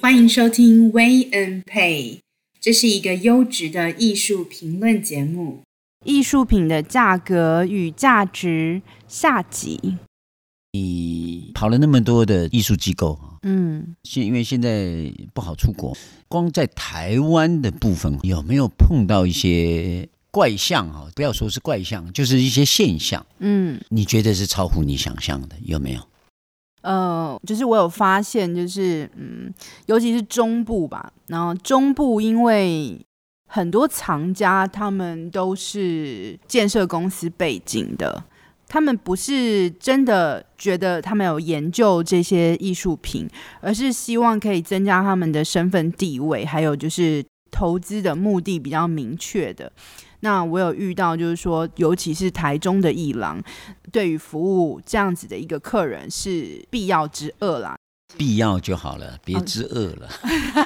欢迎收听 Way and Pay，这是一个优质的艺术评论节目，艺术品的价格与价值下集。你跑了那么多的艺术机构，嗯，现因为现在不好出国，光在台湾的部分有没有碰到一些怪象哈？不要说是怪象，就是一些现象，嗯，你觉得是超乎你想象的，有没有？呃，就是我有发现，就是嗯，尤其是中部吧，然后中部因为很多藏家他们都是建设公司背景的，他们不是真的觉得他们有研究这些艺术品，而是希望可以增加他们的身份地位，还有就是投资的目的比较明确的。那我有遇到，就是说，尤其是台中的艺廊，对于服务这样子的一个客人是必要之恶啦，必要就好哦了，别之恶了。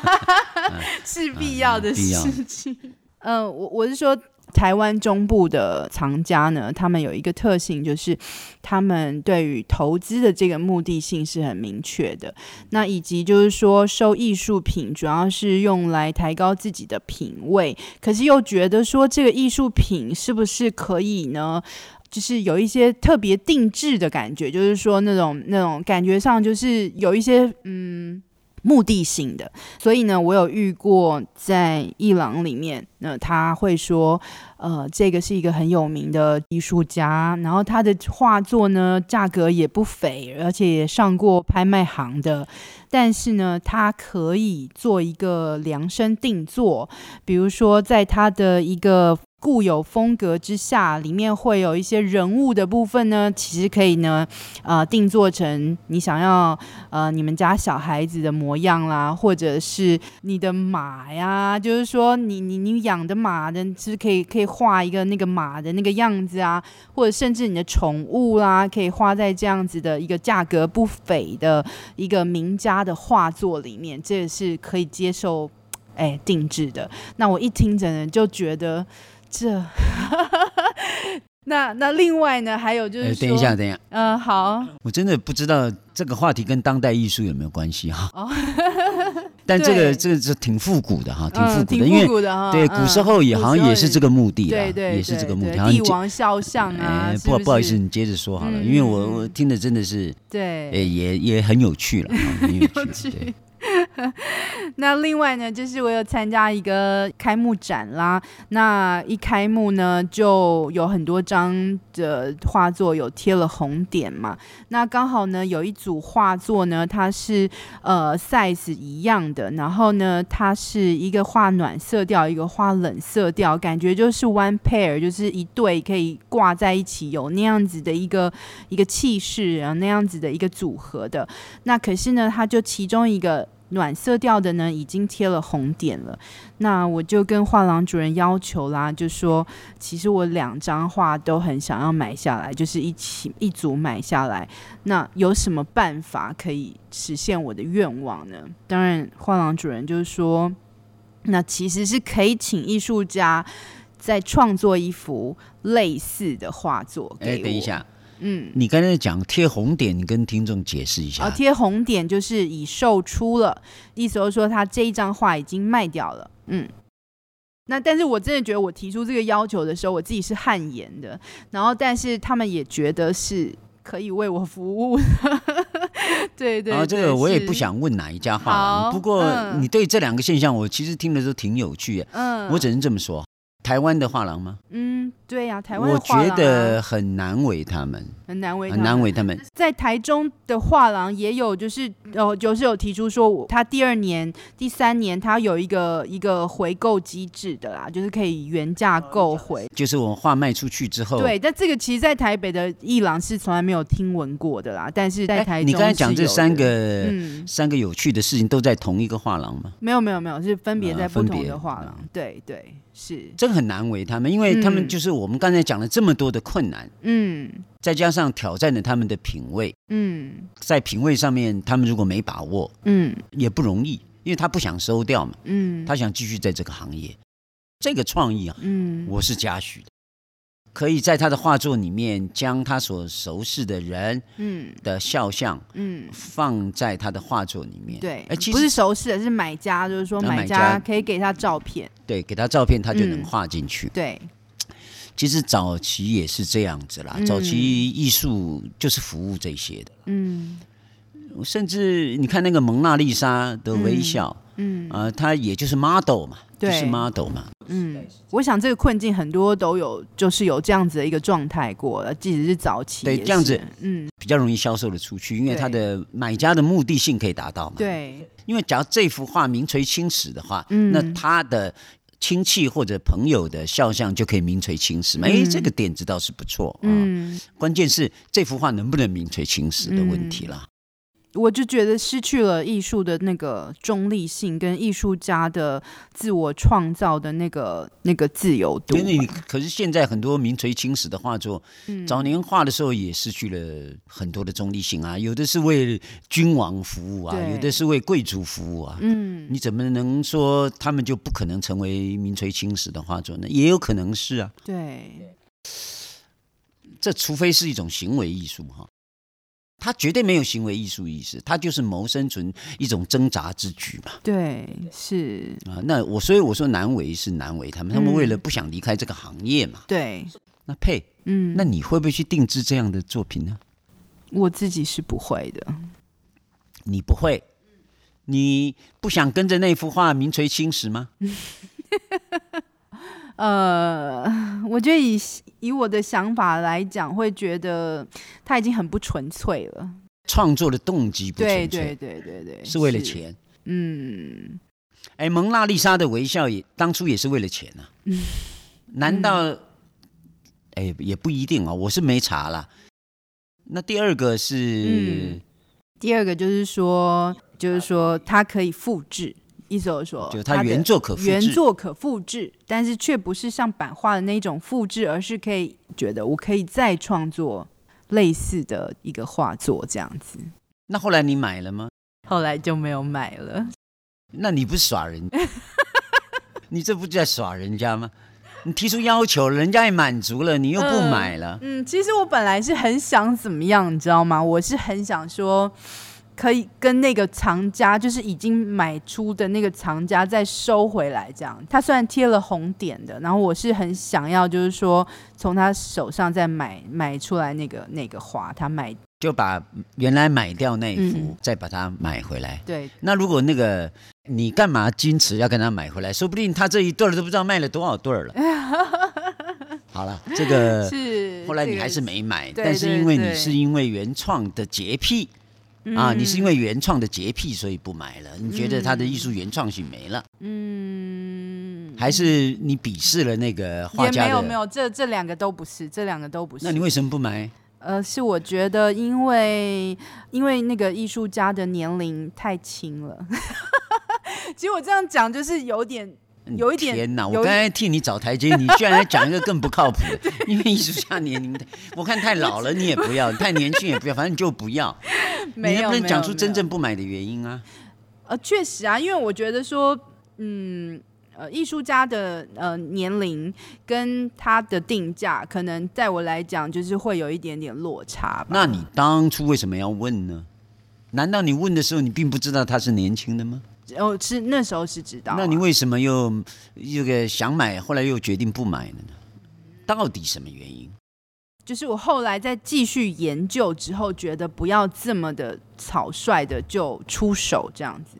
是必要的嗯必要事情。嗯、 呃，我我是说，台湾中部的藏家呢，他们有一个特性，就是他们对于投资的这个目的性是很明确的。那以及就是说，收艺术品主要是用来抬高自己的品味，可是又觉得说这个艺术品是不是可以呢？就是有一些特别定制的感觉，就是说那种那种感觉上就是有一些嗯目的性的。所以呢，我有遇过在伊朗里面，那他会说，呃，这个是一个很有名的艺术家，然后他的画作呢价格也不菲，而且也上过拍卖行的。但是呢，他可以做一个量身定做，比如说在他的一个固有风格之下，里面会有一些人物的部分呢，其实可以呢，呃，定做成你想要呃你们家小孩子的模样啦，或者是你的马呀，就是说你你你养的马的，是不是可以可以画一个那个马的那个样子啊，或者甚至你的宠物啦，可以画在这样子的一个价格不菲的一个名家的画作里面，这也是可以接受。哎，定制的。那我一听，真的就觉得这。 那那另外呢，还有就是哎，说，等一下，，等一下，嗯、好，我真的不知道这个话题跟当代艺术有没有关系哈。哦但这对个这个是挺复古的 哈，挺复嗯，古的，挺因复为古的哈，对嗯古时候也好像也是这个目的啦，对对，也是这个目对的。对好像帝你这王肖像啊，是哎不好是不好意思，，你接着说好了，嗯因为我嗯我听的真的是，对，呃，也也很有趣 了，啊很有趣，对去。 那另外呢，就是我有参加一个开幕展啦。那一开幕呢，就有很多张的画作有贴了红点嘛。那刚好呢，有一组画作呢，它是呃 size 一样的，然后呢，它是一个画暖色调，一个画冷色调，感觉就是 one pair，就是一对可以挂在一起，有那样子的一个一个气势，然后那样子的一个组合的。那可是呢，它就其中一个暖色调的呢，已经贴了红点了。那我就跟画廊主人要求啦，就说其实我两张画都很想要买下来，就是一起一组买下来。那有什么办法可以实现我的愿望呢？当然，画廊主人就是说，那其实是可以请艺术家。再创作一幅类似的画作给 哎，我。等一，下，嗯，你刚才讲贴红点，你跟听众解释一哦，下。贴红点就是已售出了，意思就是说他这一张画已经卖掉了。嗯，那但是我真的觉得我提出这个要求的时候，我自己是汗颜的，然后但是他们也觉得是可以为我服务的。 对对然后哦啊这个我也不，对想问哪一家画好廊，不过嗯你对这两个现象，我其实听的都挺有趣的。啊是嗯，我只能这么说，台湾的画廊吗？嗯，对呀、台湾的啊我画觉廊得啊很难为他们，很难为他很们难为他们。在台中的画廊也有，就是呃，就是有提出说，我他第二年、第三年，他有一个一个回购机制的啦，就是可以哦原价购回。就是我画卖出去之后，对，但这个其实，在台北的艺廊是从来没有听闻过的啦，但是在哎台中你刚才讲是这有的三，个嗯，三个有趣的事情都在同一个画廊吗？没有没有没有，是分别啊在不分同别的画嗯廊，对对是，这个很难为他们，因为他们嗯就是我们刚才讲了这么多的困难，嗯再加上挑战了他们的品味，嗯在品味上面他们如果没把握，嗯也不容易，因为他不想收掉嘛，嗯，他想继续在这个行业。这个创意啊，嗯我是嘉许的。可以在他的画作里面将他所熟识的人嗯的肖像嗯，放在他的画作里面。对哎，，其不是实熟识的，是买家，就是说那买家家可以给他照片，对，给他照片他就能嗯画进去。对，其实早期也是这样子啦，嗯早期艺术就是服务这些的，嗯甚至你看那个蒙娜丽莎的微笑，嗯啊、它也就是 model 嘛，就对是 model 嘛，嗯，我想这个困境很多都有，就是有这样子的一个状态过了，即使是早期，对这样子，嗯，比较容易销售的出去，因为对它的买家的目的性可以达到嘛。，对，因为假如这幅画名垂青史的话，嗯那他的亲戚或者朋友的肖像就可以名垂青史嘛。哎、嗯这个点子倒是不错啊。嗯，关键是这幅画能不能名垂青史的问题嗯啦。我就觉得失去了艺术的那个中立性，跟艺术家的自我创造的那个那个自由度因，为你可是现在很多名垂青史的画作，嗯早年画的时候也失去了很多的中立性啊，有的是为君王服务啊，对有的是为贵族服务啊。嗯你怎么能说他们就不可能成为名垂青史的画作呢？也有可能是啊，对，这除非是一种行为艺术哈，他绝对没有行为艺术意识，他就是谋生存一种挣扎之举嘛。对，是，啊，那我所以我说难为是难为他们，他们嗯为了不想离开这个行业嘛。对，那佩，嗯，那你会不会去定制这样的作品呢？我自己是不会的，你不会，你不想跟着那幅画名垂青史吗？呃， 我觉得以以我的想法来讲，会觉得它已经很不纯粹了。创作的动机不对纯对粹，对对对，是为了。钱。嗯，哎，蒙娜丽莎的微笑也当初也是为了钱 呐、嗯难道？哎，也不一定啊、我是没查啦。那第二个是嗯，第二个就是说，就是说它可以复制，意思就是说，就它它的原作可复制，原作可复制，但是却不是像版画的那种复制，而是可以觉得我可以再创作类似的一个画作这样子。那后来你买了吗？后来就没有买了。那你不是耍 人？你这不是在耍人家吗？你提出要求，人家也满足了，你又不买了，嗯，其实我本来是很想怎么样，你知道吗？我是很想说，可以跟那个藏家，就是已经买出的那个藏家再收回来，这样。他虽然贴了红点的，然后我是很想要，就是说从他手上再买买出来那个那个花，他买就把原来买掉那一幅，嗯再把它买回来。 对那如果那个你干嘛矜持要跟他买回来？说不定他这一对儿都不知道卖了多少对儿了。好了，这 个是后来你还是没买，对但是因为对嗯你是因为原创的洁癖啊，你是因为原创的洁癖，所以不买了。你觉得他的艺术原创性没了，嗯。还是你鄙视了那个画也家没的？有没有，这这两个都不是，这两个都不是。那你为什么不买？呃，是我觉得因为因为那个艺术家的年龄太轻了。 其实我这样讲就是有点有一点嗯天哪！我有一刚才替你找台阶，你居然还讲一个更不靠谱 的， 因为艺术家年龄太，我看太老了你也不要，太年轻也不要，反正你就不要。 没你有能不没能有讲出真没有正不买的原因啊？呃，确实啊，因为我觉得说，嗯，呃，艺术家的呃年龄跟他的定价，可能在我来讲就是会有一点点落差吧。那你当初为什么要问呢？难道你问的时候你并不知道他是年轻的吗？哦，是那时候是知道啊、那你为什么又这个想买，后来又决定不买了呢？到底什么原因？就是我后来在继续研究之后，觉得不要这么的草率的就出手这样子。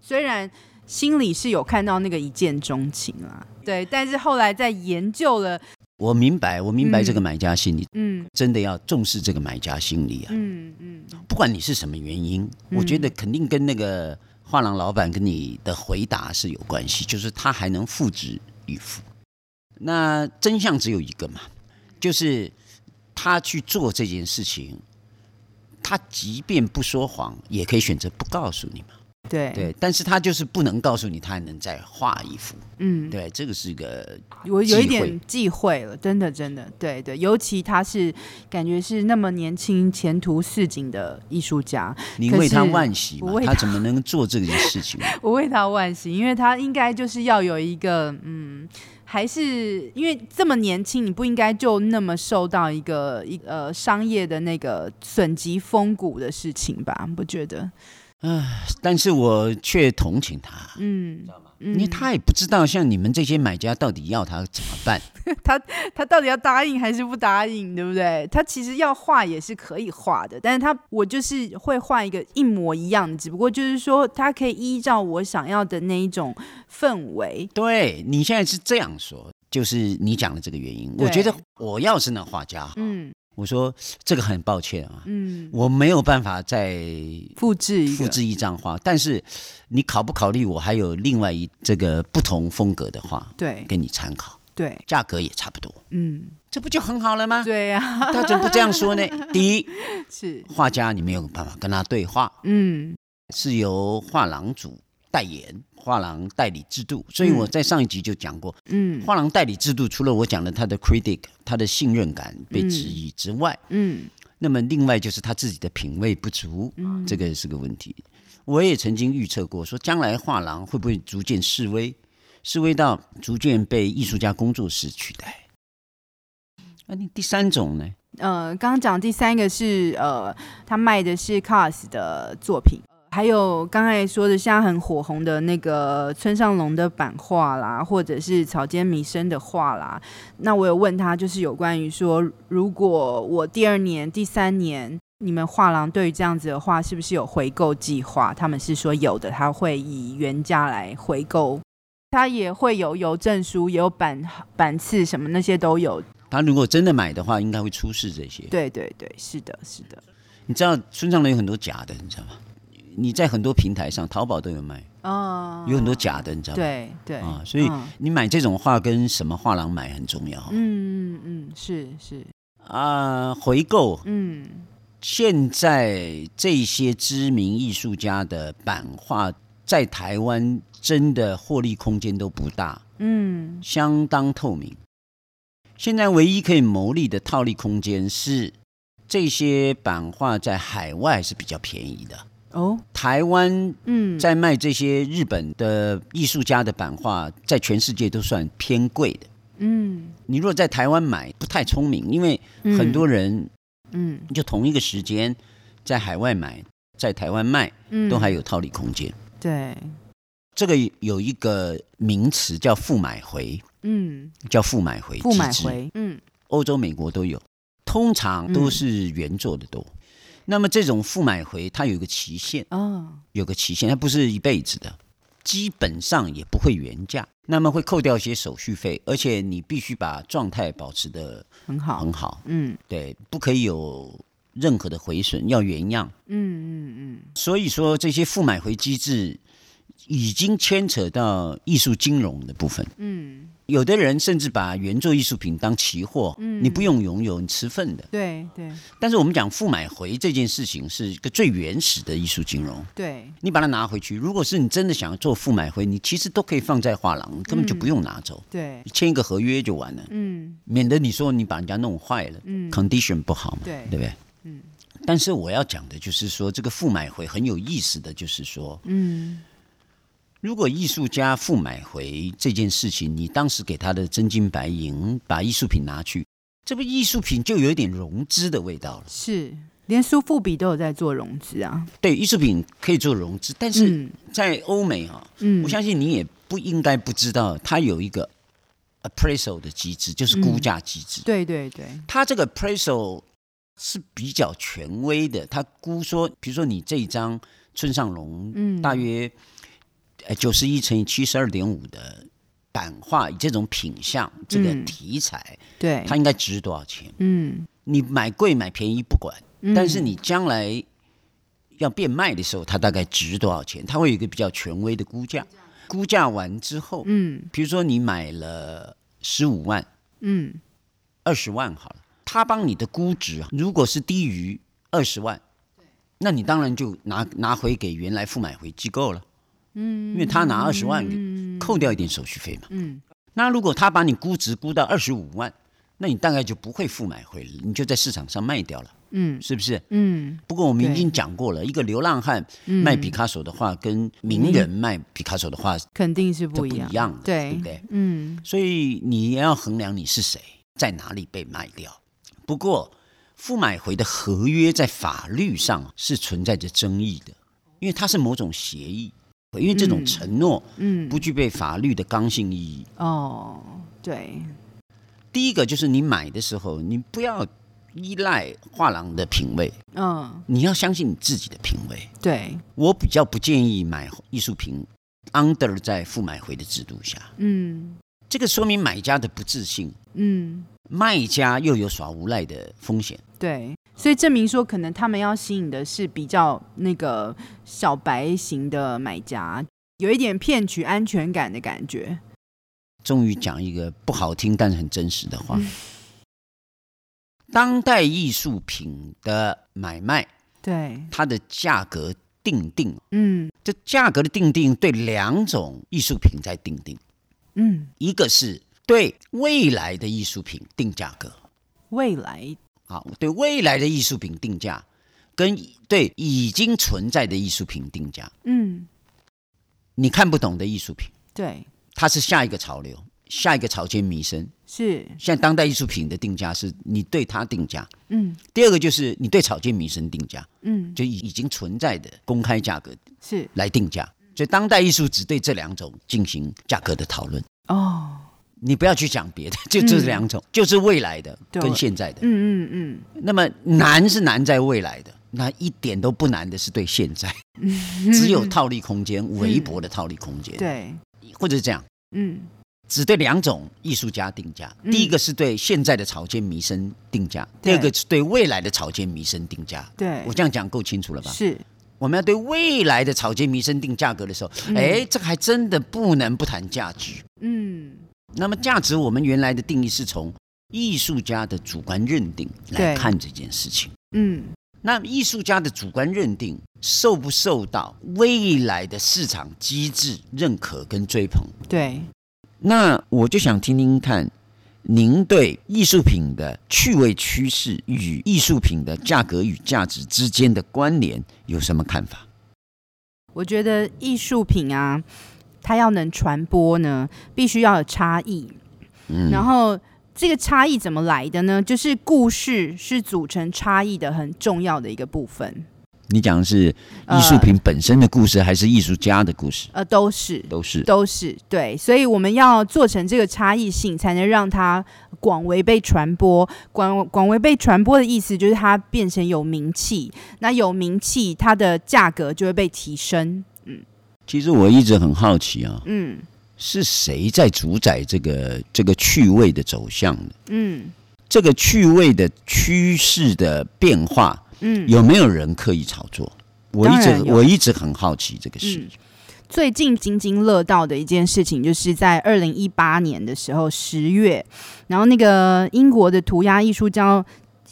虽然心里是有看到那个一见钟情啊，对，但是后来在研究了，我明白，我明白嗯这个买家心理，嗯真的要重视这个买家心理啊！嗯嗯，不管你是什么原因，我觉得肯定跟那个画廊老板跟你的回答是有关系，就是他还能复制一幅。那真相只有一个嘛，就是他去做这件事情，他即便不说谎，也可以选择不告诉你嘛。对对，但是他就是不能告诉你，他还能再画一幅。嗯，对，这个是一个我有一忌讳点忌讳了，真的真的，对对，尤其他是感觉是那么年轻、前途似锦的艺术家，你可为他是惋惜嘛我，为他他怎么 能做这件事情？我为他惋惜，因为他应该就是要有一个嗯还是因为这么年轻，你不应该就那么受到一个一呃商业的那个损及风骨的事情吧？不觉得？但是我却同情他，嗯，因为他也不知道像你们这些买家到底要他怎么办。 他到底要答应还是不答应，对不对？他其实要画也是可以画的，但是他我就是会画一个一模一样的，只不过就是说他可以依照我想要的那一种氛围，对你现在是这样说，就是你讲的这个原因。对我觉得我要是那画家，嗯我说这个很抱歉啊，嗯，我没有办法再复制一个，复制一张嗯画，但是你考不考虑我还有另外一这个不同风格的画对给你参考，对，价格也差不多，嗯，这不就很好 了吗？对啊呀、他怎么不这样说呢？第一，是，画家你没有办法跟他对话，嗯是由画廊主代言。画廊代理制度，所以我在上一集就讲过，嗯画廊代理制度除了我讲的他的 critic，他的信任感被质疑之外，嗯那么另外就是他自己的品味不足，这个是个问题。我也曾经预测过，说将来画廊会不会逐渐示威，示威到逐渐被艺术家工作室取代。那、你第三种呢？呃，刚刚讲第三个是呃，他卖的是 COS 的作品。呃还有刚才说的，现在很火红的那个村上隆的版画啦，或者是草间弥生的画啦。那我有问他，就是有关于说，如果我第二年、第三年，你们画廊对于这样子的画，是不是有回购计划？他们是说有的，他会以原价来回购，他也会有邮政书，也有版版次什么那些都有。他如果真的买的话，应该会出示这些。对对对，是的，是的。你知道村上隆有很多假的，你知道吗？你在很多平台上，淘宝都有卖，哦，有很多假的，你知道吗？对对啊所以嗯你买这种画跟什么画廊买很重要啊、嗯嗯嗯是是回购嗯现在这些知名艺术家的版画在台湾真的获利空间都不大，嗯相当透明。现在唯一可以牟利的套利空间是，这些版画在海外是比较便宜的。哦台湾嗯在卖这些日本的艺术家的版画，在全世界都算偏贵的。嗯你如果在台湾买，不太聪明，因为嗯很多人嗯就同一个时间在海外买，在台湾卖，嗯都还有套利空间。对这个有一个名词叫复买回，嗯叫复买回不买机制，回嗯欧洲、美国都有，通常都是原作的多。那么这种复买回，它有一个期限，哦有个期限，它不是一辈子的，基本上也不会原价，那么会扣掉一些手续费，而且你必须把状态保持的很好很好，嗯对，不可以有任何的毁损，要原样。嗯嗯嗯所以说，这些复买回机制已经牵扯到艺术金融的部分。嗯有的人甚至把原作艺术品当期货，嗯你不用拥有，你持份的。对对但是我们讲复买回这件事情是一个最原始的艺术金融，对你把它拿回去，如果是你真的想要做复买回，你其实都可以放在画廊，你根本就不用拿走，对你签一个合约就完了，嗯免得你说你把人家弄坏了、嗯 c o n d i t i o n 不好嘛，对对不对？嗯但是我要讲的就是说，这个复买回很有意思的，就是说，嗯如果艺术家复买回这件事情，你当时给他的真金白银，把艺术品拿去，这不艺术品就有一点融资的味道了。是连苏富比都有在做融资啊对，艺术品可以做融资，但是嗯在欧美啊、嗯我相信你也不应该不知道，它有一个 appraisal 的机制，就是估价机制。对对对它这个 appraisal 是比较权威的，它估说，比如说你这一张村上隆，嗯大约呃九十一乘以七十二点五的版画，以这种品相、这个嗯哎题材，对它应该值多少钱？嗯你买贵买便宜不管，嗯但是你将来要变卖的时候，它大概值多少钱？它会有一个比较权威的估价。估价完之后，嗯比如说你买了十五万，嗯二十万好了，他帮你的估值啊如果是低于二十万，那你当然就拿拿回给原来复买回机构了，嗯，因为他拿二十万给扣掉一点手续费嘛，嗯，那如果他把你估值估到二十五万，那你大概就不会复买回了，你就在市场上卖掉了，嗯是不是？嗯不过我们已对经讲过了，一个流浪汉嗯，卖毕卡索的画，跟名人卖毕卡索的画肯定是这不不一一样，样的，对对不对？嗯所以你也要衡量你是谁，在哪里被卖掉。不过，复买回的合约在法律上是存在着争议的，因为它是某种协议，因为这种嗯承诺嗯，不具备法律的刚性意义。哦，对，第一个就是你买的时候，你不要依赖画廊的品味，嗯你要相信你自己的品味。对，我比较不建议买艺术品 under 在复买回的制度下，嗯这个说明买家的不自信，嗯卖家又有耍无赖的风险。对，所以证明说可能他们要吸引的是比较那个小白型的买家，有一点骗取安全感的感觉。终于讲一个不好听但是很真实的话：嗯当代艺术品的买卖， 对，它的价格定定，嗯这价格的定定对两种艺术品在定定，嗯，一个是对未来的艺术品定价格未来啊，对未来的艺术品定价，跟对已经存在的艺术品定价。嗯你看不懂的艺术品，对它是下一个潮流，下一个潮间弥生。是像当代艺术品的定价是你对它定价，嗯第二个就是你对草间弥生定价，嗯就已已经存在的公开价格是来定价。所以当代艺术只对这两种进行价格的讨论，哦，你不要去讲别的， 就这两种，就是未来的嗯对跟现在的。嗯嗯嗯那么难是难在未来的，那一点都不难的是对现在，只有套利空间，微薄的套利空间，嗯 对，或者这样。嗯只对两种艺术家定价，嗯第一个是对现在的草间弥生定价，第对二个是对未来的草间弥生定价。对我，这样讲够清楚了吧？是我们要对未来的草间弥生定价格的时候，哎、这个还真的不能不谈价值。嗯那么价值，我们原来的定义是从艺术家的主观认定来对看这件事情。嗯那艺术家的主观认定受不受到未来的市场机制认可跟追捧？对，那我就想听听看，您对艺术品的趣味趋势与艺术品的价格与价值之间的关联有什么看法？我觉得艺术品啊，它要能传播呢，必须要有差异。嗯然后这个差异怎么来的呢？就是故事是组成差异的很重要的一个部分。你讲的是呃艺术品本身的故事，还是艺术家的故事？呃都是都是。都是对，所以我们要做成这个差异性，才能让它广为被传播。广广为被传播的意思就是它变成有名气，那有名气，它的价格就会被提升。其实我一直很好奇啊，嗯是谁在主宰这个这个趣味的走向呢？嗯这个趣味的趋势的变化，嗯，有没有人刻意炒作？我一当然直有我一直很好奇这个事。嗯最近津津乐道的一件事情，就是在二零一八年的时候十月，然后那个英国的涂鸦艺术家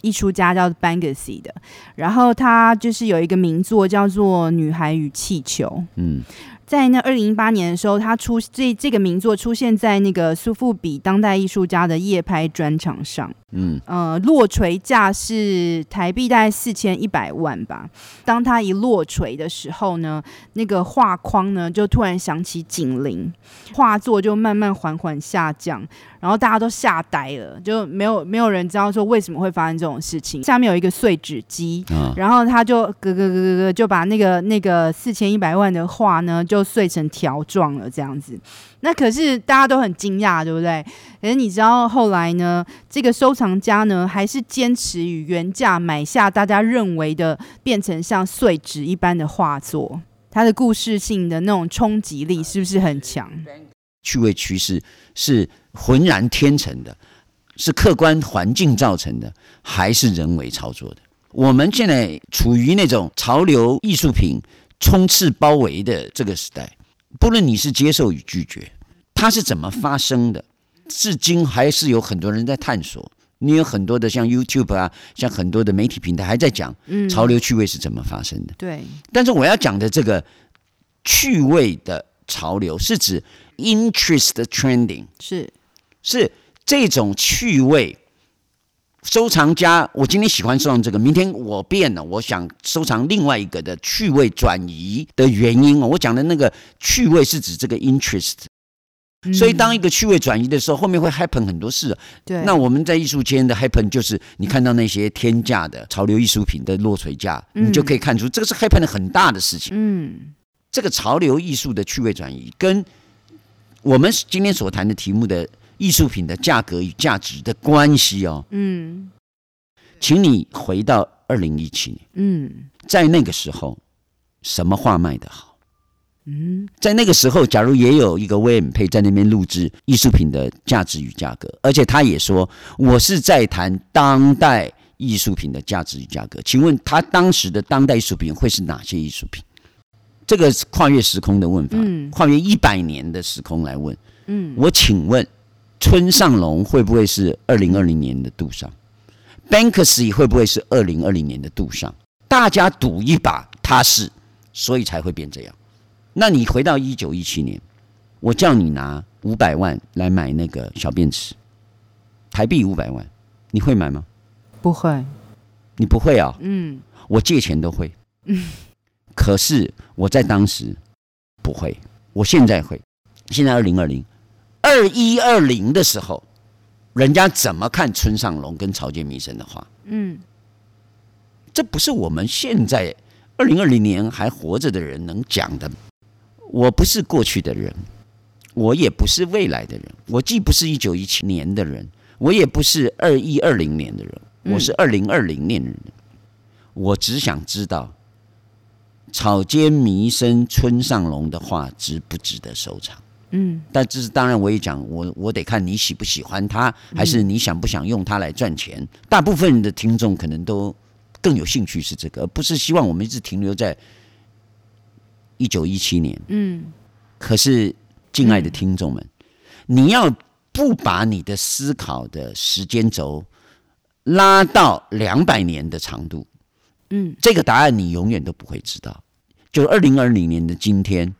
艺术家叫 Banksy 的，然后他就是有一个名作叫做《女孩与气球》。嗯在那二零一八年的时候，他出这这个名作出现在那个苏富比当代艺术家的夜拍专场上，嗯，呃，落锤价是台币大概四千一百万吧。当他一落锤的时候呢，那个画框呢就突然响起警铃，画作就慢慢缓缓下降，然后大家都吓呆了，就没有没有人知道说为什么会发生这种事情。下面有一个碎纸机，啊然后他就咯咯咯咯咯，就把那个那个四千一百万的画呢，就碎成条状了，这样子。那可是大家都很惊讶，对不对？可是你知道后来呢，这个收藏家呢，还是坚持以原价买下大家认为的变成像碎纸一般的画作。它的故事性的那种冲击力是不是很强？趣味趋势是浑然天成的，是客观环境造成的，还是人为操作的？我们现在处于那种潮流艺术品充斥包围的这个时代，不论你是接受与拒绝，它是怎么发生的，至今还是有很多人在探索。你有很多的像 YouTube 啊，像很多的媒体平台还在讲嗯，潮流趣味是怎么发生的。对，但是我要讲的这个趣味的潮流，是指 interest trending，是，是这种趣味收藏家，我今天喜欢收藏这个，明天我变了，我想收藏另外一个的趣味转移的原因哦。我讲的那个趣味是指这个 interest，嗯所以当一个趣味转移的时候，后面会 happen 很多事哦。对那我们在艺术圈的 happen 就是你看到那些天价的潮流艺术品的落锤价，嗯你就可以看出这个是 happen 的很大的事情。嗯这个潮流艺术的趣味转移，跟我们今天所谈的题目的艺术品的价格与价值的关系哦，嗯请你回到二零一七年，嗯在那个时候，什么画卖得好？嗯在那个时候，假如也有一个威廉佩在那边录制艺术品的价值与价格，而且他也说我是在谈当代艺术品的价值与价格。请问他当时的当代艺术品会是哪些艺术品？这个是跨越时空的问法，嗯跨越一百年的时空来问。嗯，我请问，村上隆会不会是二零二零年的杜尚？Banksy 会不会是二零二零年的杜尚？大家赌一把，他是，所以才会变这样。那你回到一九一七年，我叫你拿五百万来买那个小便池，台币五百万，你会买吗？不会，你不会啊、嗯我借钱都会。嗯可是我在当时不会，我现在会。现在二零二零二一二零的时候，人家怎么看村上隆跟草间弥生的话？嗯这不是我们现在二零二零年还活着的人能讲的。我不是过去的人，我也不是未来的人，我既不是一九一七年的人，我也不是二一二零年的人，嗯我是二零二零年的人。我只想知道，草间弥生、村上隆的画值不值得收藏？嗯但这是当然，我也讲，我我得看你喜不喜欢它，还是你想不想用它来赚钱。大部分的听众可能都更有兴趣是这个，而不是希望我们一直停留在一九一七年。嗯可是，敬爱的听众们，你要不把你的思考的时间轴拉到两百年的长度，嗯这个答案你永远都不会知道。就二零二零年的今天，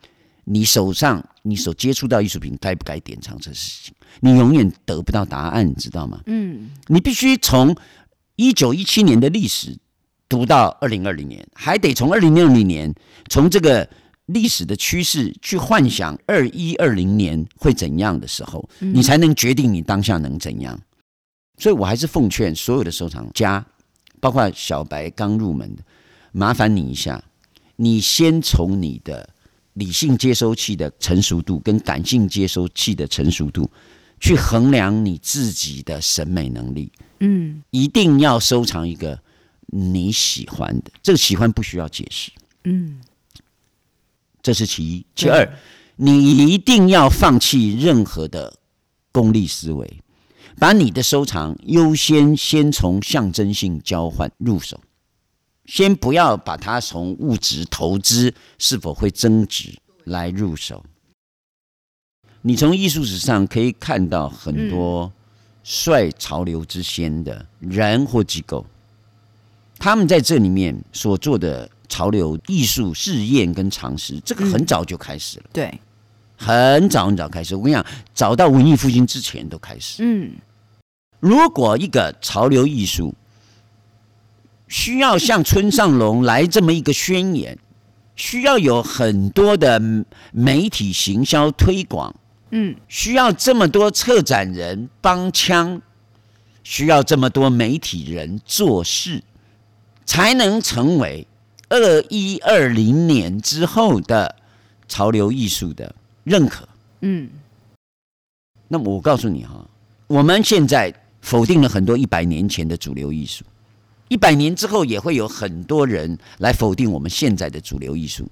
你手上你所接触到艺术品该不该典藏这事情，你永远得不到答案，你知道吗？嗯你必须从一九一七年的历史读到二零二零年，还得从二零二零年从这个历史的趋势去幻想二一二零年会怎样的时候，嗯你才能决定你当下能怎样。所以我还是奉劝所有的收藏家，包括小白刚入门的，麻烦你一下，你先从你的理性接收器的成熟度跟感性接收器的成熟度，去衡量你自己的审美能力。嗯一定要收藏一个你喜欢的，这个喜欢不需要解释，嗯，这是其一。对其二，你一定要放弃任何的功利思维，把你的收藏优先先从象征性交换入手，先不要把它从物质投资是否会增值来入手。你从艺术史上可以看到很多率潮流之先的人或机构，他们在这里面所做的潮流艺术试验跟尝试，这个很嗯早就开始了。对，很早很早开始。我跟你讲，早到文艺复兴之前都开始。嗯如果一个潮流艺术需要像村上隆来这么一个宣言，需要有很多的嗯媒体行销推广，嗯需要这么多策展人帮腔，需要这么多媒体人做事，才能成为二一二零年之后的潮流艺术的认可。嗯那么我告诉你哈，我们现在否定了很多一百年前的主流艺术，一百年之后也会有很多人来否定我们现在的主流艺术，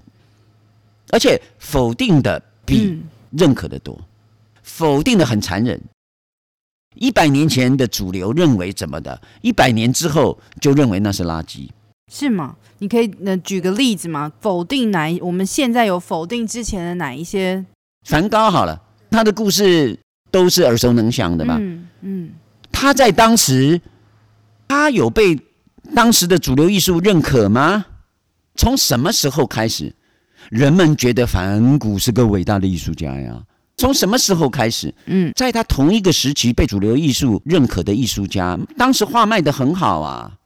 而且否定的比嗯认可的多，否定的很残忍。一百年前的主流认为怎么的，一百年之后就认为那是垃圾。是吗？你可以呃举个例子吗？否定哪一？我们现在有否定之前的哪一些？梵高好了，他的故事都是耳熟能详的吧？嗯嗯他在当时，他有被当时的主流艺术认可吗？从什么时候开始，人们觉得梵谷是个伟大的艺术家呀？从什么时候开始？嗯在他同一个时期被主流艺术认可的艺术家，当时画卖得很好啊，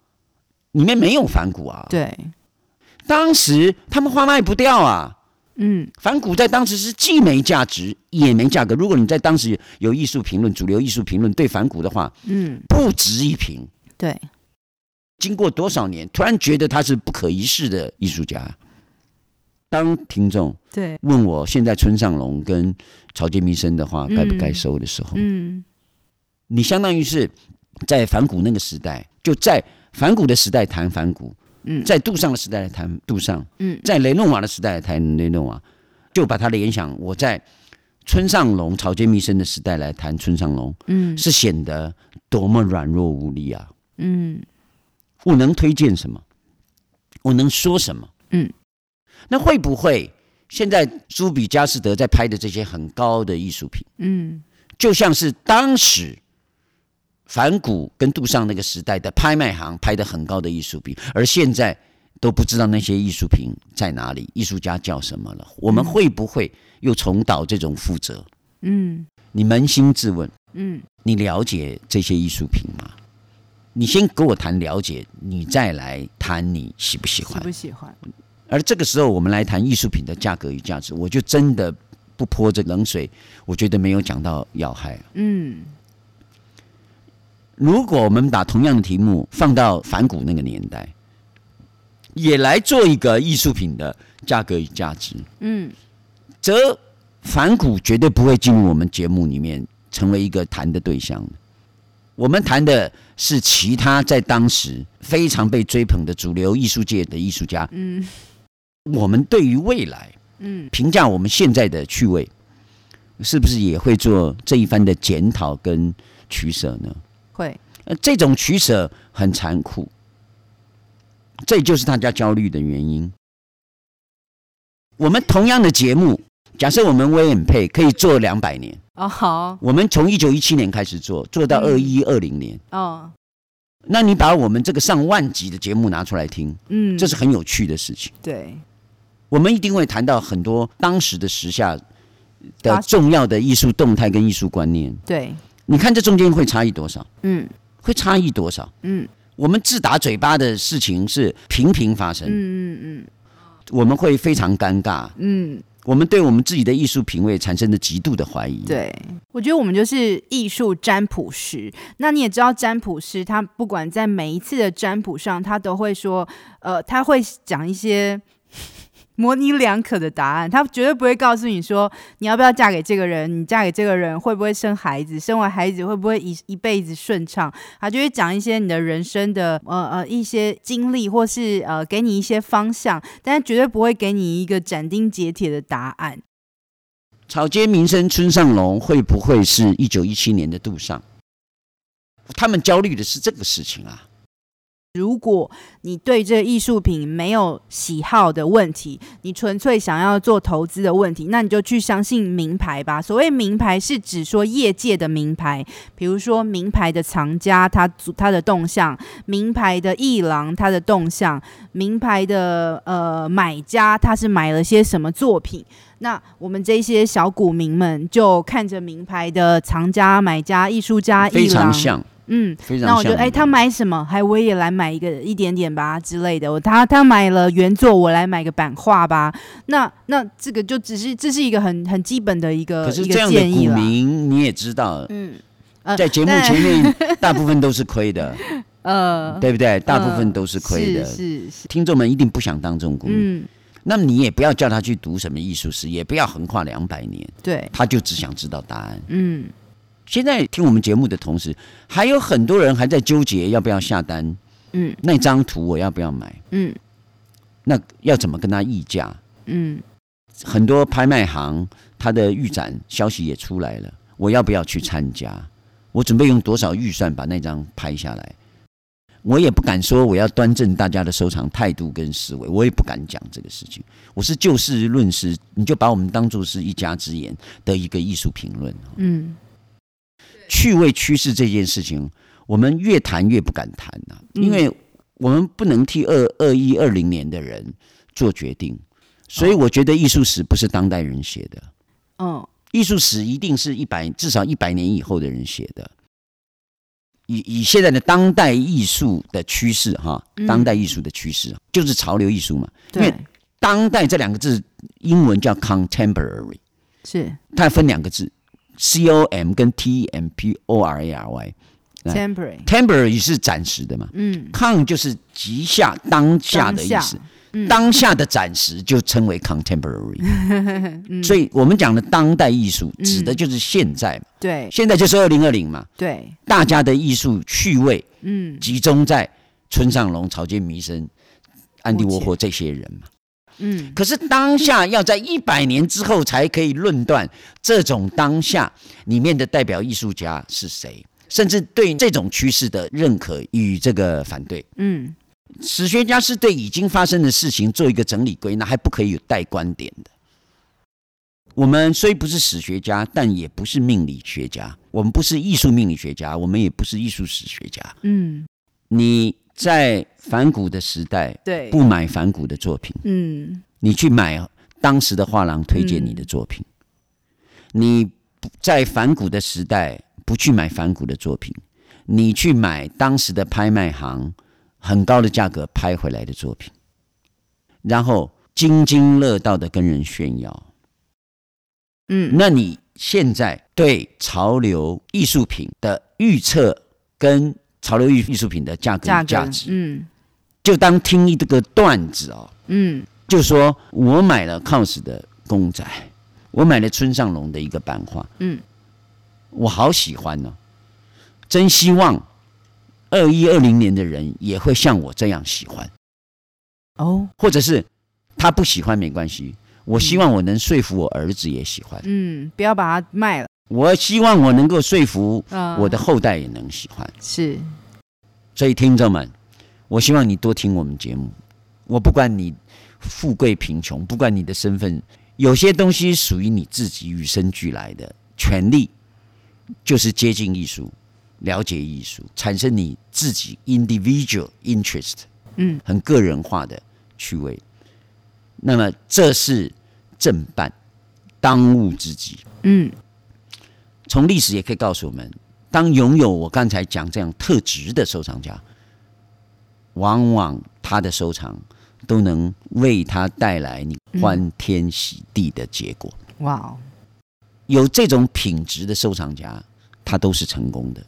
里面没有反骨啊。，对，当时他们画卖不掉啊。嗯反骨在当时是既没价值也没价格。如果你在当时有艺术评论、主流艺术评论对反骨的话，嗯，不值一评。对，经过多少年，突然觉得他是不可一世的艺术家。当听众对，问我现在村上隆跟草间弥生的话嗯该不该收的时候，嗯你相当于是在反骨那个时代，就在反骨的时代谈反骨，嗯，在杜尚的时代谈杜尚，嗯在雷诺瓦的时代谈雷诺瓦，就把他的联想我在村上隆、草间弥生的时代来谈村上隆，嗯是显得多么软弱无力啊！嗯我能推荐什么？我能说什么？嗯，那会不会现在苏比佳士得在拍的这些很高的艺术品，嗯就像是当时反骨跟杜尚那个时代的拍卖行拍的很高的艺术品，而现在都不知道那些艺术品在哪里，艺术家叫什么了？我们会不会又重蹈这种覆辙？嗯你扪心自问，嗯你了解这些艺术品吗？你先跟我谈了解，你再来谈你喜不喜喜欢。不喜欢？而这个时候，我们来谈艺术品的价格与价值，我就真的不泼这冷水，我觉得没有讲到要害。嗯如果我们把同样的题目放到反骨那个年代，也来做一个艺术品的价格与价值，嗯则反骨绝对不会进入我们节目里面成为一个谈的对象。我们谈的是其他在当时非常被追捧的主流艺术界的艺术家，嗯我们对于未来嗯评价我们现在的趣味，是不是也会做这一番的检讨跟取舍呢？会，呃，这种取舍很残酷，这就是大家焦虑的原因。我们同样的节目，假设我们威恩配可以做两百年，哦好我们从一九一七年开始做，做到二嗯一二零年，哦那你把我们这个上万集的节目拿出来听，嗯，这是很有趣的事情。对我们一定会谈到很多当时的时下的发生重要的艺术动态跟艺术观念。对你看这中间会差异多少？嗯会差异多少？嗯我们自打嘴巴的事情是频频发生，嗯嗯我们会非常尴尬，嗯嗯我们对我们自己的艺术品味产生了极度的怀疑。，对。我觉得我们就是艺术占卜师。那你也知道，占卜师他不管在每一次的占卜上，他都会说，呃，他会讲一些 模棱两可的答案，他绝对不会告诉你说你要不要嫁给这个人，你嫁给这个人会不会生孩子，生完孩子会不会一一辈子顺畅，他就会讲一些你的人生的呃呃一些经历，或是呃给你一些方向，但是绝对不会给你一个斩钉截铁的答案。草间弥生、村上隆会不会是一九一七年的杜尚？他们焦虑的是这个事情啊。如果你对这个艺术品没有喜好的问题，你纯粹想要做投资的问题，那你就去相信名牌吧。所谓名牌是指说业界的名牌，比如说名牌的藏家他他的动向，名牌的艺廊他的动向，名牌的呃买家他是买了些什么作品。那我们这些小股民们就看着名牌的藏家、买家、艺术家、非艺常廊，像，嗯，非常像。啊那我就哎，他买什么？还我也来买一个一点点吧之类的。我他他买了原作，我来买个版画吧。那那这个就只是这是一个很很基本的一个可是一这个样的建议股啦。民你也知道，嗯呃在节目但 前面大部分都是亏的，呃，对不对？大部分都是亏的。是是是，听众们一定不想当这种股民，嗯，那么你也不要叫他去读什么艺术史，也不要横跨两百年，对，他就只想知道答案。嗯现在听我们节目的同时，还有很多人还在纠结要不要下单，嗯那张图我要不要买，嗯那要怎么跟他议价？嗯很多拍卖行它的预展消息也出来了，我要不要去参加？我准备用多少预算把那张拍下来？我也不敢说我要端正大家的收藏态度跟思维，我也不敢讲这个事情。我是就事论事，你就把我们当做是一家之言的一个艺术评论。嗯趣味趋势这件事情，我们越谈越不敢谈呐、嗯因为我们不能替二二一二零年的人做决定，所以我觉得艺术史不是当代人写的，嗯艺术史一定是一百至少一百年以后的人写的。以以现在的当代艺术的趋势哈嗯，当代艺术的趋势就是潮流艺术嘛。因对为，当代这两个字英文叫 contemporary，是它分两个字，c o m 跟 t m p o r a r y。来 temporary， temporary 是暂时的嘛嗯， ，con 就是即下当下的意当思下。嗯当下的暂时就称为 contemporary，、所嗯以我们讲的当代艺术指的就是现在嘛，对现在就是二零二零嘛，对，大家的艺术趣味嗯集中在村上隆、草间弥生、安迪目沃前霍这些人嘛。嗯，可是当下要在一百年之后才可以论断这种当下里面的代表艺术家是谁，甚至对这种趋势的认可与这个反对。嗯史学家是对已经发生的事情做一个整理归纳，还不可以有带观点的。我们虽不是史学家，但也不是命理学家，我们不是艺术命理学家，我们也不是艺术史学家。嗯，你在反骨的时代对，不买反骨的作品，嗯你去买当时的画廊推荐你的作品；你不在反骨的时代不去买反骨的作品，你去买当时的拍卖行很高的价格拍回来的作品，然后津津乐道的跟人炫耀。嗯，那你现在对潮流艺术品的预测跟潮流艺艺术品的价格价与格价值，嗯就当听一个段子哦。嗯就说我买了 COS 的公仔，我买了村上隆的一个版画，嗯，我好喜欢哦，真希望二一二零年的人也会像我这样喜欢，哦，或者是他不喜欢没关系，我希望我能说服我儿子也喜欢，嗯，不要把它卖了，我希望我能够说服嗯，我的后代也能喜欢。是，所以听众们，我希望你多听我们节目。我不管你富贵贫穷，不管你的身份，有些东西属于你自己与生俱来的权利，就是接近艺术，了解艺术，产生你自己 individual interest，嗯，很个人化的趣味。那么这是正办，当务之急。嗯从历史也可以告诉我们，当拥有我刚才讲这样特质的收藏家，往往他的收藏都能为他带来你欢天喜地的结果。哇哦，有这种品质的收藏家，他都是成功的。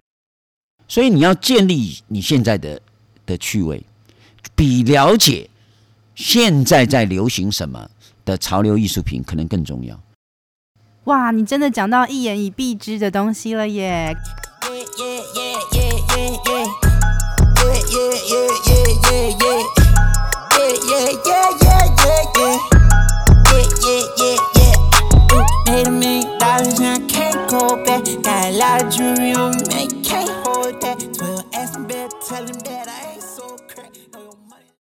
所以你要建立你现在的的趣味，比了解现在在流行什么的潮流艺术品可能更重要。哇，你真的讲到一言以蔽之的东西了耶！ Pay the million dollars and I can't go back. Got a lot of jewelry on me,